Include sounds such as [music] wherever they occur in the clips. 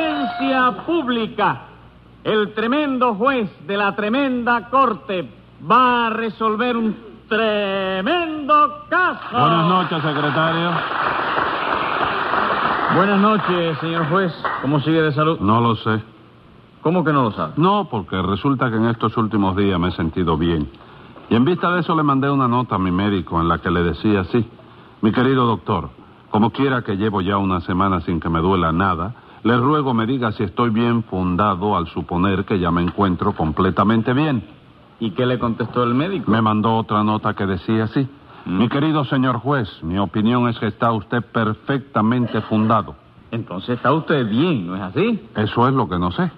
Asamblea Pública. El tremendo juez de la tremenda corte va a resolver un tremendo caso. Buenas noches, secretario. Buenas noches, señor juez. ¿Cómo sigue de salud? No lo sé. ¿Cómo que no lo sabe? No, porque resulta que en estos últimos días me he sentido bien. Y en vista de eso le mandé una nota a mi médico en la que le decía así. Mi querido doctor, como quiera que llevo ya una semana sin que me duela nada, le ruego me diga si estoy bien fundado al suponer que ya me encuentro completamente bien. ¿Y qué le contestó el médico? Me mandó otra nota que decía así. Mi querido señor juez, mi opinión es que está usted perfectamente fundado. Entonces está usted bien, ¿no es así? Eso es lo que no sé.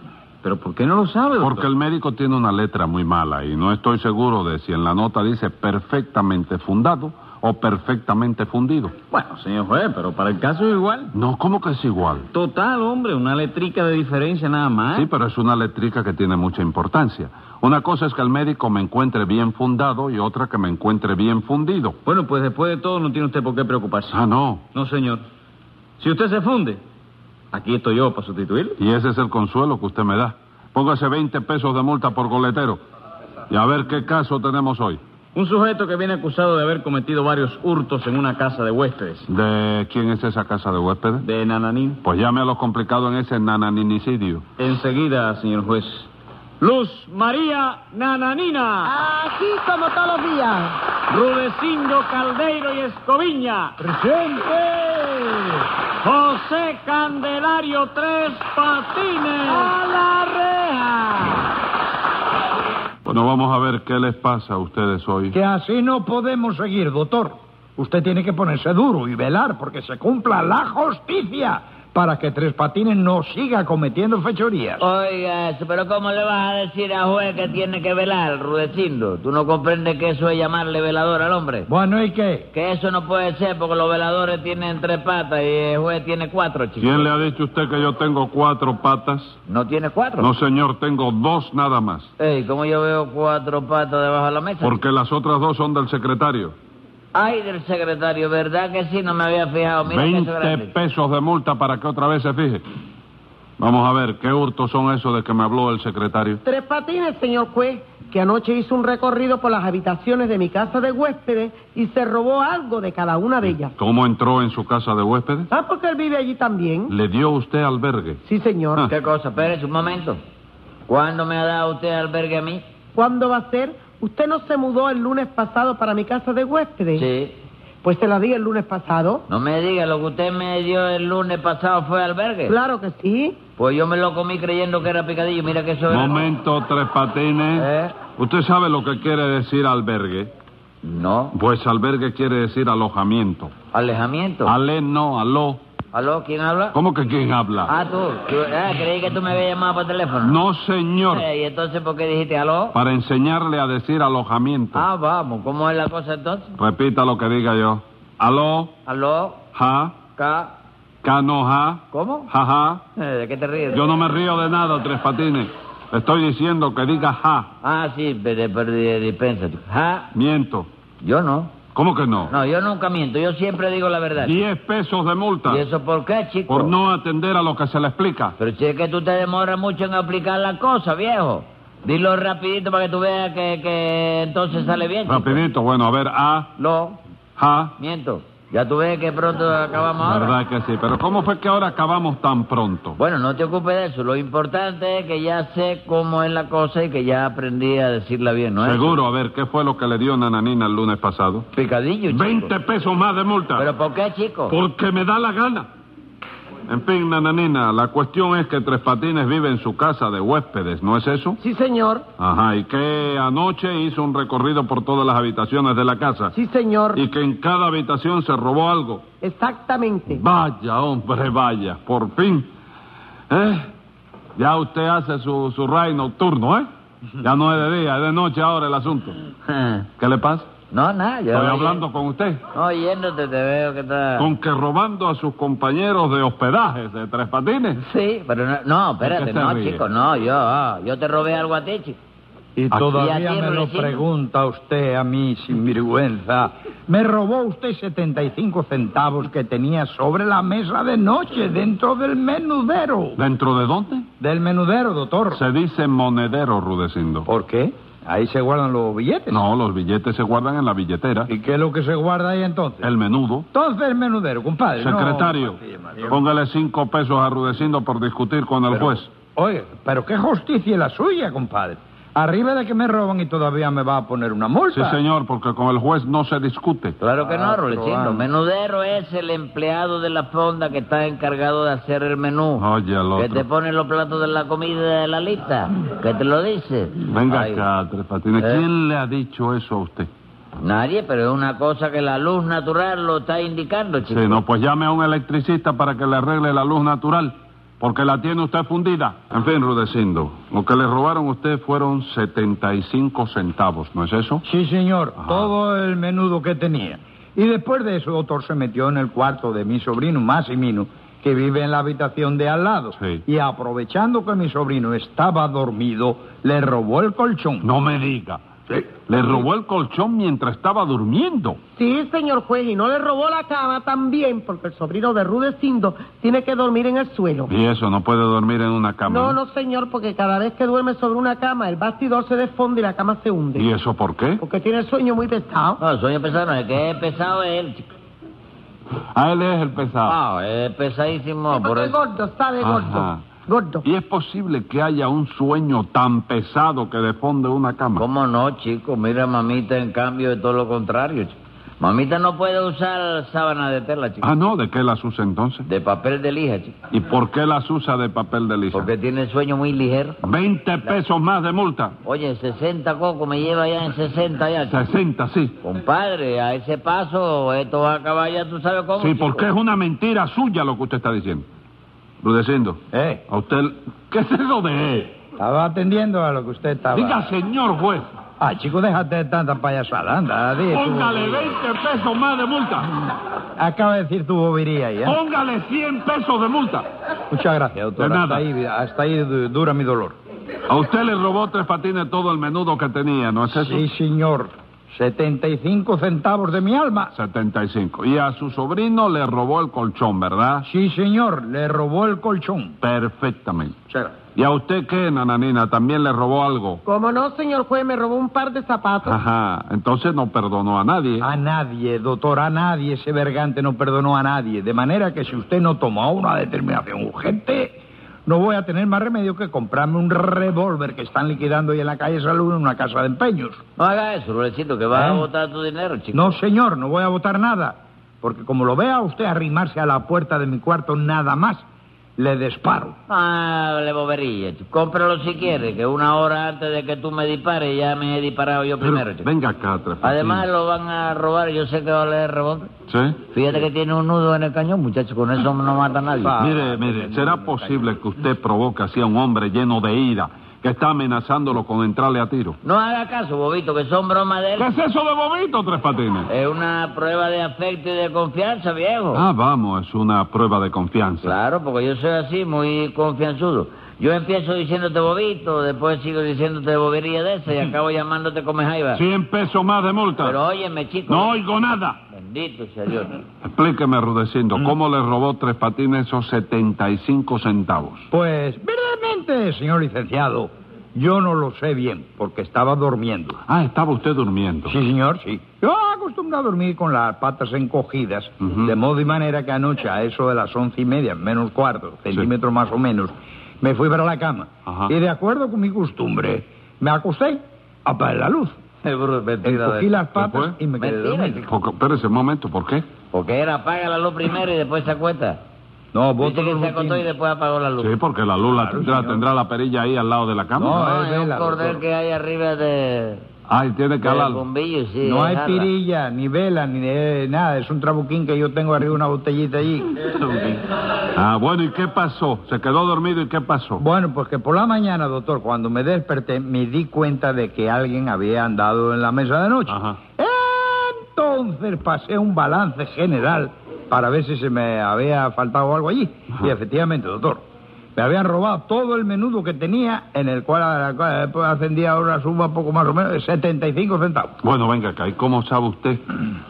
¿Pero por qué no lo sabe, doctor? Porque el médico tiene una letra muy mala y no estoy seguro de si en la nota dice perfectamente fundado o perfectamente fundido. Bueno, señor juez, pero para el caso es igual. No, ¿cómo que es igual? Total, hombre, una letrica de diferencia nada más. Sí, pero es una letrica que tiene mucha importancia. Una cosa es que el médico me encuentre bien fundado y otra que me encuentre bien fundido. Bueno, pues después de todo no tiene usted por qué preocuparse. Ah, no. No, señor. Si usted se funde, aquí estoy yo para sustituirlo. Y ese es el consuelo que usted me da. Póngase 20 pesos de multa por coletero. Y a ver qué caso tenemos hoy. Un sujeto que viene acusado de haber cometido varios hurtos en una casa de huéspedes. ¿De quién es esa casa de huéspedes? De Nananín. Pues llame a los complicados en ese nananicidio. Enseguida, señor juez. Luz María Nananina. Aquí como todos los días. Rudecindo Caldeiro y Escoviña. ¡Presente! José Candelario Tres Patines. ¡A la reja! Bueno, vamos a ver qué les pasa a ustedes hoy. Que así no podemos seguir, doctor. Usted tiene que ponerse duro y velar porque se cumpla la justicia para que Tres Patines no siga cometiendo fechorías. Oiga, eso, pero ¿cómo le vas a decir a juez que tiene que velar, Rudecindo? ¿Tú no comprendes que eso es llamarle velador al hombre? Bueno, ¿y qué? Que eso no puede ser porque los veladores tienen tres patas y el juez tiene cuatro, chicos. ¿Quién le ha dicho a usted que yo tengo cuatro patas? ¿No tiene cuatro? No, señor, tengo dos nada más. Ey, ¿cómo yo veo cuatro patas debajo de la mesa? Porque las otras dos son del secretario. Ay, del secretario, ¿verdad que sí? No me había fijado. Mira que eso 20 grande. pesos de multa para que otra vez se fije. Vamos a ver, ¿qué hurtos son esos de que me habló el secretario? Tres patines, señor juez, que anoche hizo un recorrido por las habitaciones de mi casa de huéspedes y se robó algo de cada una de ellas. ¿Cómo entró en su casa de huéspedes? Ah, porque él vive allí ¿Mm? también. ¿Le dio usted albergue? Sí, señor. Ah. ¿Qué cosa? Espérese un momento. ¿Cuándo me ha dado usted albergue a mí? ¿Cuándo va a ser? ¿Usted no se mudó el lunes pasado para mi casa de huéspedes? Sí. Pues se la di el lunes pasado. No me diga, lo que usted me dio el lunes pasado fue albergue. Claro que sí. Pues yo me lo comí creyendo que era picadillo. Mira que eso era- Momento, tres patines. ¿Eh? ¿Usted sabe lo que quiere decir albergue? No. Pues albergue quiere decir alojamiento. Alejamiento. Ale no, aló. ¿Aló? ¿Quién habla? ¿Cómo que quién habla? Ah, tú. Tú- ah, creí que tú me habías llamado por teléfono. No, señor. Eh, ¿Y entonces por qué dijiste aló? Para enseñarle a decir alojamiento. Ah, vamos. ¿Cómo es la cosa entonces? Repita lo que diga yo. Aló, Aló, ja, ca... cano, ja, ¿Cómo? ja, ja. Eh, ¿De qué te ríes? Yo no me río de nada, Tres Patines. Estoy diciendo que diga ja. Ah, sí, pero, pero eh, dispensa. Ja, Miento. yo no. ¿Cómo que no? No, yo nunca miento. Yo siempre digo la verdad. Diez pesos de multa ¿Y eso por qué, chico? por no atender a lo que se le explica. Pero si es que tú te demoras mucho en aplicar la cosa, viejo. Dilo rapidito para que tú veas que, que entonces sale bien. chico. Rapidito, bueno, a ver, a, No, ja. miento. Ya tú ves que pronto acabamos ahora. Verdad que sí, pero ¿cómo fue que ahora acabamos tan pronto? Bueno, no te ocupes de eso. Lo importante es que ya sé cómo es la cosa y que ya aprendí a decirla bien, ¿no es? Seguro, a ver, ¿qué fue lo que le dio Nananina el lunes pasado? Picadillo, chico. Veinte pesos más de multa. ¿Pero por qué, chico? Porque me da la gana. En fin, nananina, la cuestión es que Tres Patines vive en su casa de huéspedes, ¿no es eso? Sí, señor. Ajá, y que anoche hizo un recorrido por todas las habitaciones de la casa. Sí, señor. Y que en cada habitación se robó algo. Exactamente. Vaya, hombre, vaya, por fin. ¿Eh? Ya usted hace su, su ray nocturno, ¿eh? Ya no es de día, es de noche ahora el asunto. ¿Qué le pasa? [laughs] No, nada. Yo Estoy hablando con usted. No, oyéndote, te veo que está... Con que robando a sus compañeros de hospedaje de Tres Patines. Sí, pero no, no ¿Por qué espérate, te no, ríes? chico, no, yo, ah, yo te robé algo a ti, chico. Y Aquí- todavía Y a ti, me lo Rudecindo. pregunta usted a mí sin vergüenza. Me robó usted 75 centavos que tenía sobre la mesa de noche dentro del menudero. ¿Dentro de dónde? Del menudero, doctor. Se dice monedero, Rudecindo. ¿Por qué? Ahí se guardan los billetes. No, los billetes se guardan en la billetera. ¿Y qué es lo que se guarda ahí entonces? El menudo. Entonces el menudero, compadre. no- Secretario, póngale cinco pesos a Rudecindo por discutir con el Pero, juez. Oye, pero qué justicia es la suya, compadre. Arriba de que me roban y todavía me va a poner una Sí, multa. señor, porque con el juez no se discute. Claro que Ah, no, Rulecindo. probando. Menudero es el empleado de la fonda que está encargado de hacer el menú. Oye, al Que Ah, otro. te pone los platos de la comida de la lista. Que te lo dice. Venga Ay, acá, Tres Patines. Eh. ¿Quién le ha dicho eso a usted? Nadie, pero es una cosa que la luz natural lo está indicando, Sí, chico. no, pues llame a un electricista para que le arregle la luz natural, porque la tiene usted fundida. En fin, Rudecindo, lo que le robaron a usted fueron 75 centavos, ¿no es eso? Sí, señor. Ajá. Todo el menudo que tenía. Y después de eso, doctor, se metió en el cuarto de mi sobrino, Massimino, que vive en la habitación de al lado. Sí. Y aprovechando que mi sobrino estaba dormido, le robó el colchón. No me diga. Le robó el colchón mientras estaba durmiendo. Sí, señor juez, y no le robó la cama también, porque el sobrino de Rudecindo tiene que dormir en el suelo. Y eso, no puede dormir en una cama. No, no, señor, porque cada vez que duerme sobre una cama, el bastidor se desfonde y la cama se hunde. ¿Y eso por qué? Porque tiene el sueño muy Ah, pesado. No, el sueño pesado no, el que es pesado es él, chico. A él es el pesado. Ah, es pesadísimo. Por porque es eso. gordo, sabe, Ajá. gordo. Gordo. ¿Y es posible que haya un sueño tan pesado que defonde una cama? ¿Cómo no, chico? Mira, mamita, en cambio, es todo lo contrario, chico. Mamita no puede usar sábana de tela, chico. Ah, no, ¿de qué las usa entonces? De papel de lija, chico. ¿Y por qué las usa de papel de lija? Porque tiene el sueño muy ligero. 20 pesos más de multa. Oye, 60 coco me lleva ya en 60 ya. chico. 60, sí. Compadre, a ese paso, esto va a acabar ya, tú sabes cómo. Sí, chico. porque es una mentira suya lo que usted está diciendo. Rudecindo, Eh, a usted... ¿Qué es eso de él? estaba atendiendo a lo que usted estaba... Diga, señor juez, Ah, chico, déjate de tanta payasada. Anda, di tu póngale bobería. 20 pesos más de multa. Acaba de decir tu bobería ya. Póngale 100 pesos de multa. Muchas gracias, doctor. Oh. De nada. Hasta ahí, hasta ahí du- dura mi dolor. A usted le robó tres patines todo el menudo que tenía, ¿no es eso? Sí, señor. 75 centavos de mi alma. 75. Y a su sobrino le robó el colchón, ¿verdad? Sí, señor. Le robó el colchón. Perfectamente. ¿Y a usted qué, Nananina? ¿También le robó algo? Como no, señor juez, me robó un par de Pues- zapatos. Ajá. Entonces no perdonó a nadie. A nadie, doctor, a nadie. Ese vergante no perdonó a nadie. De manera que si usted no toma una determinación urgente, no voy a tener más remedio que comprarme un revólver que están liquidando ahí en la calle Salud en una casa de empeños. No haga eso, Rulecito, que vas a ¿Eh? botar tu dinero, chico. No, señor, no voy a votar nada. Porque como lo vea usted arrimarse a la puerta de mi cuarto nada más, le disparo. Ah, le bobería. chico. Cómpralo si quieres, que una hora antes de que tú me dispares ya me he disparado yo Pero primero. chico. venga acá, Tres Además Patines. lo van a robar, yo sé que va a leer rebote. ¿Sí? Fíjate que tiene un nudo en el cañón, muchacho, con eso no mata a nadie. Ah, Mire, mire, ¿será posible que usted provoque así a un hombre lleno de ira que está amenazándolo con entrarle a tiro? No haga caso, Bobito, que son bromas de él. ¿Qué es eso de bobito, Tres Patines? Es una prueba de afecto y de confianza, viejo. Ah, vamos, es una prueba de confianza. Claro, porque yo soy así, muy confianzudo. Yo empiezo diciéndote bobito, después sigo diciéndote bobería de esa y acabo llamándote come jaiba. 100 pesos más de Pero multa. óyeme, chico. No oigo nada. Bendito sea Dios. Explíqueme, Rudecindo, Mm. ¿cómo le robó Tres Patines esos 75 centavos? Pues, verdaderamente, señor licenciado, yo no lo sé bien, porque estaba durmiendo. Ah, estaba usted durmiendo. Sí, señor, sí. Yo acostumbro a dormir con las patas encogidas, Ujú. de modo y manera que anoche, a eso de las once y media, menos cuarto, Sí. centímetro más o menos, me fui para la cama. Ajá. Y de acuerdo con mi costumbre, me acosté, apagué la luz, encogí las patas fue? y [laughs] me quedé Mentira, dormido. chico. Porque- Espérese un momento, ¿por qué? Porque era apaga la luz primero y después se acuesta. No, vos Viste que se acostó y después apagó la luz. Sí, porque la luz la Claro, tendrá, señor. tendrá la perilla ahí al lado de la No, cama. No, es es un vela, cordel doctor. que hay arriba de... Ay, tiene que del hablar. bombillo, sí. No hay dejarla. pirilla, ni vela, ni eh, nada. Es un trabuquín que yo tengo arriba una botellita [laughs] allí. Ah, bueno, ¿y qué pasó? ¿Se quedó dormido y qué pasó? Bueno, pues que por la mañana, doctor, cuando me desperté, me di cuenta de que alguien había andado en la mesa de noche. Ajá. Entonces pasé un balance general para ver si se me había faltado algo allí. Ajá. Y efectivamente, doctor, me habían robado todo el menudo que tenía, en el cual, a la cual, pues, ascendía ahora suba poco más o menos de 75 centavos. Bueno, venga acá. ¿Y cómo sabe usted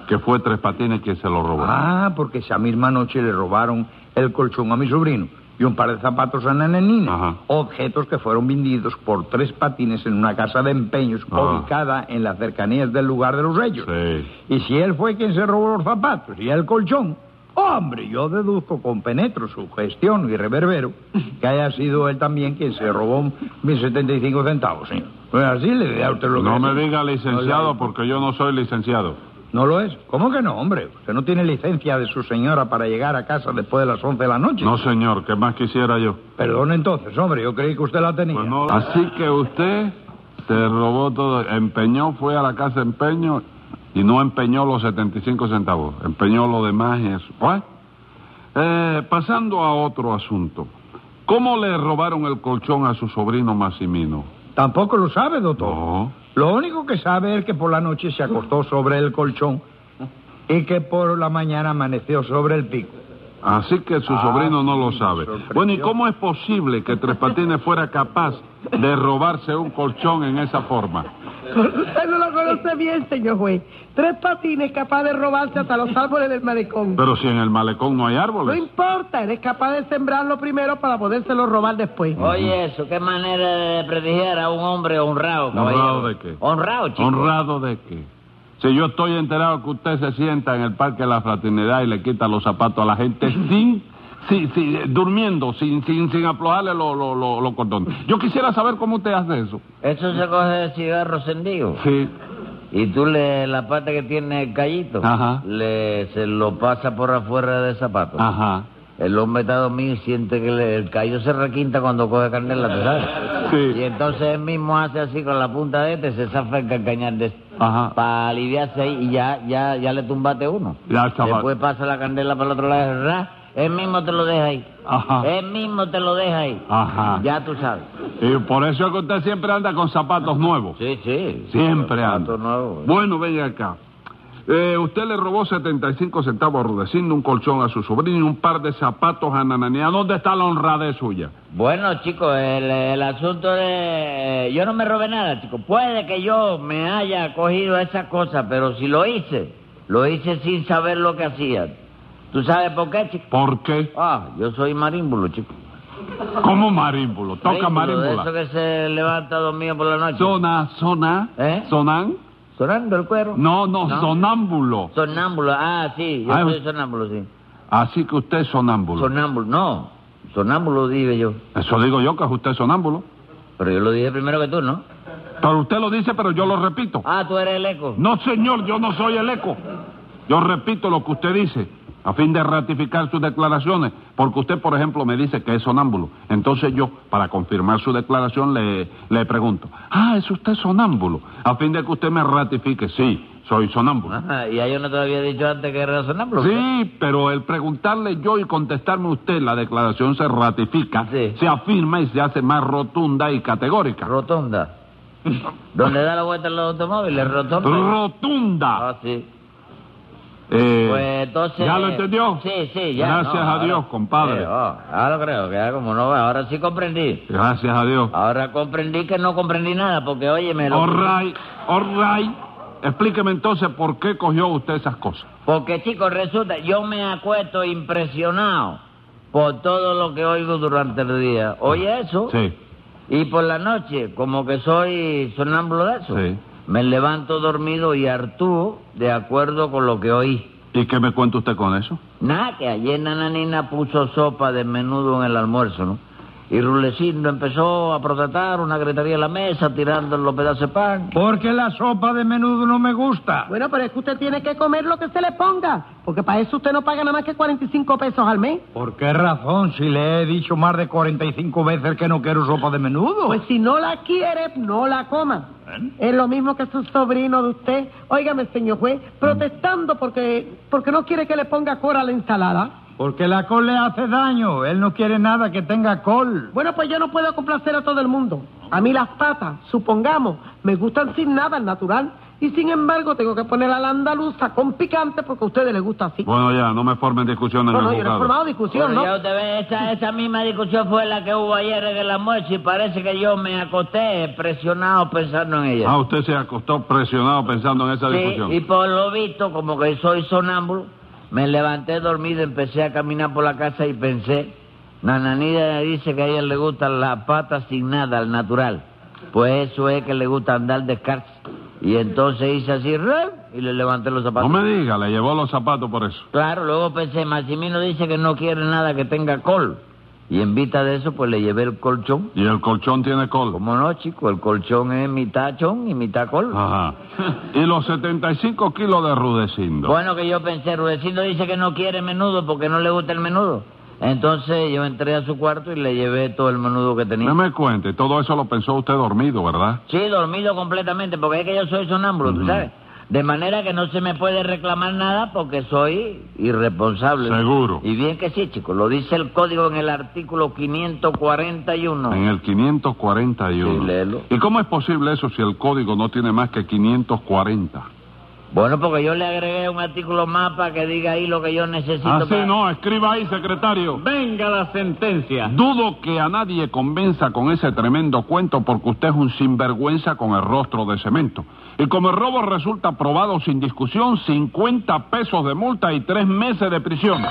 que fue Tres Patines quien se lo robó? Ah, porque esa misma noche le robaron el colchón a mi sobrino. y un par de zapatos a Nananina, Ajá. objetos que fueron vendidos por tres patines en una casa de empeños Ah. ubicada en las cercanías del lugar de los hechos. Sí. Y si él fue quien se robó los zapatos y el colchón, hombre, yo deduzco con penetro su gestión y reverbero que haya sido él también quien se robó 1.075 centavos, señor. Pues así le diré a usted lo que No me es. diga No licenciado le- porque yo no soy licenciado. ¿No lo es? ¿Cómo que no, hombre? Usted no tiene licencia de su señora para llegar a casa después de las 11 de la noche. No, señor, ¿qué más quisiera yo? Perdón entonces, hombre, yo creí que usted la tenía. Pues no- Así que usted se robó todo, empeñó, fue a la casa de empeño y no empeñó los 75 centavos, empeñó lo demás y eso. Bueno, eh, pasando a otro asunto, ¿cómo le robaron el colchón a su sobrino Massimino? Tampoco lo sabe, doctor. No. Lo único que sabe es que por la noche se acostó sobre el colchón y que por la mañana amaneció sobre el pico. Así que su Ah, sobrino no lo sí, sabe. sorprendió. Bueno, ¿y cómo es posible que Tres Patines fuera capaz de robarse un colchón en esa forma? [laughs] Usted no lo conoce bien, señor juez. Tres patines capaz de robarse hasta los árboles del malecón. Pero pues. si en el malecón no hay No árboles. importa, eres capaz de sembrarlo primero para podérselo robar después. Oye, eso, qué manera de prestigiar a un hombre honrado, caballero. ¿Honrado de qué? Honrado, chico. ¿Honrado de qué? Si yo estoy enterado que usted se sienta en el parque de la fraternidad y le quita los zapatos a la [laughs] gente sin, sin- sin- eh, durmiendo, sin, sin, sin aflojarle los lo, lo- los cordones. Yo quisiera saber cómo usted hace eso. Eso se coge de cigarro endigo. Sí. Y tú le, la pata que tiene el gallito, Ajá. Ah. le, se lo pasa por afuera del zapato. Ajá. El hombre está dormido y siente que le- el callo se requinta cuando coge candela, ¿tú sabes? Sí. Y entonces él mismo hace así con la punta de este, se zafa el calcañar de este. Ajá. Para aliviarse ahí y ya, ya, ya le tumbaste uno. Ya está mal. Después pasa la candela para el otro lado, ra, él mismo te lo deja ahí. Ajá. Él mismo te lo deja ahí. Ah. Ajá. Ya tú sabes. Y por eso es que usted siempre anda con zapatos nuevos. Sí, sí. Siempre anda. Zapato nuevo. Bueno, venga acá. Eh, usted le robó 75 centavos a Rudecindo, un colchón a su sobrino y un par de zapatos a Nananía. ¿Dónde está la honradez suya? Bueno, chicos, el, el asunto de... Yo no me robé nada, chicos. Puede que yo me haya cogido esa cosa, pero si lo hice, lo hice sin saber lo que hacía. ¿Tú sabes por qué, chico? ¿Por qué? Ah, yo soy marímbulo, chico. ¿Cómo marímbulo? Toca Marímbulo, de Eso marímbula. que se levanta dormido por la noche. Zona, zona. ¿Eh? ¿Sonán? ¿Sonando el cuero? No, no, No. sonámbulo. Sonámbulo, ah, sí, yo Ah, soy u- sonámbulo, sí. Así que usted es sonámbulo. Sonámbulo, no. Sonámbulo dije yo. Eso digo yo que es usted sonámbulo. Pero yo lo dije primero que tú, ¿no? Pero usted lo dice, pero yo lo repito. Ah, tú eres el eco. No, señor, yo no soy el eco. Yo repito lo que usted dice, a fin de ratificar sus declaraciones, porque usted, por ejemplo, me dice que es sonámbulo. Entonces yo, para confirmar su declaración, le, le pregunto, ah, ¿es usted sonámbulo? A fin de que usted me ratifique, sí, soy sonámbulo. Ajá, Ah, y ahí yo no te había dicho antes que era sonámbulo. Sí, pero el preguntarle yo y contestarme usted, la declaración se ratifica, Sí. se afirma y se hace más rotunda y categórica. Rotonda. Donde da la vuelta los automóviles, rotonda. Rotunda. Ah, sí. Eh, Pues entonces... ¿Ya lo entendió? Sí, sí, ya. Gracias no, a ahora- Dios, compadre. Sí, oh, ahora lo creo, que ya como no, ahora sí comprendí. Gracias a Dios. Ahora comprendí que no comprendí nada, porque oye, Ah, me lo... All right, all right. Explíqueme entonces por qué cogió usted esas cosas. Porque, chicos, resulta, yo me acuesto impresionado por todo lo que oigo durante el día. Oye eso. Ah, Sí. Y por la noche, como que soy sonámbulo de eso. Sí. Me levanto dormido y artúo de acuerdo con lo que oí. ¿Y qué me cuenta usted con eso? Nada, que ayer Nananina puso sopa de menudo en el almuerzo, ¿no? Y Rulecindo empezó a protestar, una gritería en la mesa, tirando los pedazos de pan. Porque la sopa de menudo no me gusta. Bueno, pero es que usted tiene que comer lo que se le ponga, porque para eso usted no paga nada más que 45 pesos al mes. ¿Por qué razón si le he dicho más de 45 veces que no quiero sopa de menudo? Pues si no la quiere, no la coma. Es lo mismo que su sobrino de usted. Óigame, señor juez, protestando porque, porque no quiere que le ponga cora a la ensalada. Porque la col le hace daño. Él no quiere nada que tenga col. Bueno, pues yo no puedo complacer a todo el mundo. A mí las patas, supongamos, me gustan sin nada, al natural. Y sin embargo, tengo que poner a la andaluza con picante porque a ustedes les gusta así. Bueno, ya, no me formen discusiones No, en no, el yo no he juzgado. formado discusión, Bueno, ¿no? ya usted ve, esa, esa misma discusión fue la que hubo ayer en el almuerzo y parece que yo me acosté presionado pensando en ella. Ah, usted se acostó presionado pensando en esa Sí, discusión. y por lo visto, como que soy sonámbulo, me levanté dormido, empecé a caminar por la casa y pensé, Nananida dice que a ella le gustan las patas sin nada, al natural. Pues eso es que le gusta andar descalzo. Y entonces hice así, ¡ram! y le levanté los No zapatos. me diga, le llevó los zapatos por eso. Claro, luego pensé, Maximino dice que no quiere nada que tenga col. Y en vista de eso, pues le llevé el colchón. ¿Y el colchón tiene col? Como no, chico, el colchón es mitad chón y mitad col. Ajá. ¿Y los 75 kilos de rudecindo? Bueno, que yo pensé, Rudecindo dice que no quiere menudo porque no le gusta el menudo. Entonces yo entré a su cuarto y le llevé todo el menudo que tenía. No me cuente, todo eso lo pensó usted dormido, ¿verdad? Sí, dormido completamente, porque es que yo soy sonámbulo, ¿tú sabes? De manera que no se me puede reclamar nada porque soy irresponsable. Seguro. Y bien que sí, chicos, lo dice el código en el artículo 541. En el 541. Sí, léelo. ¿Y cómo es posible eso si el código no tiene más que 540? Bueno, porque yo le agregué un artículo más para que diga ahí lo que yo necesito. Así para- Ah, no, escriba ahí, secretario. Venga la sentencia. Dudo que a nadie convenza con ese tremendo cuento porque usted es un sinvergüenza con el rostro de cemento. Y como el robo resulta probado sin discusión, 50 pesos de multa y tres meses de prisión.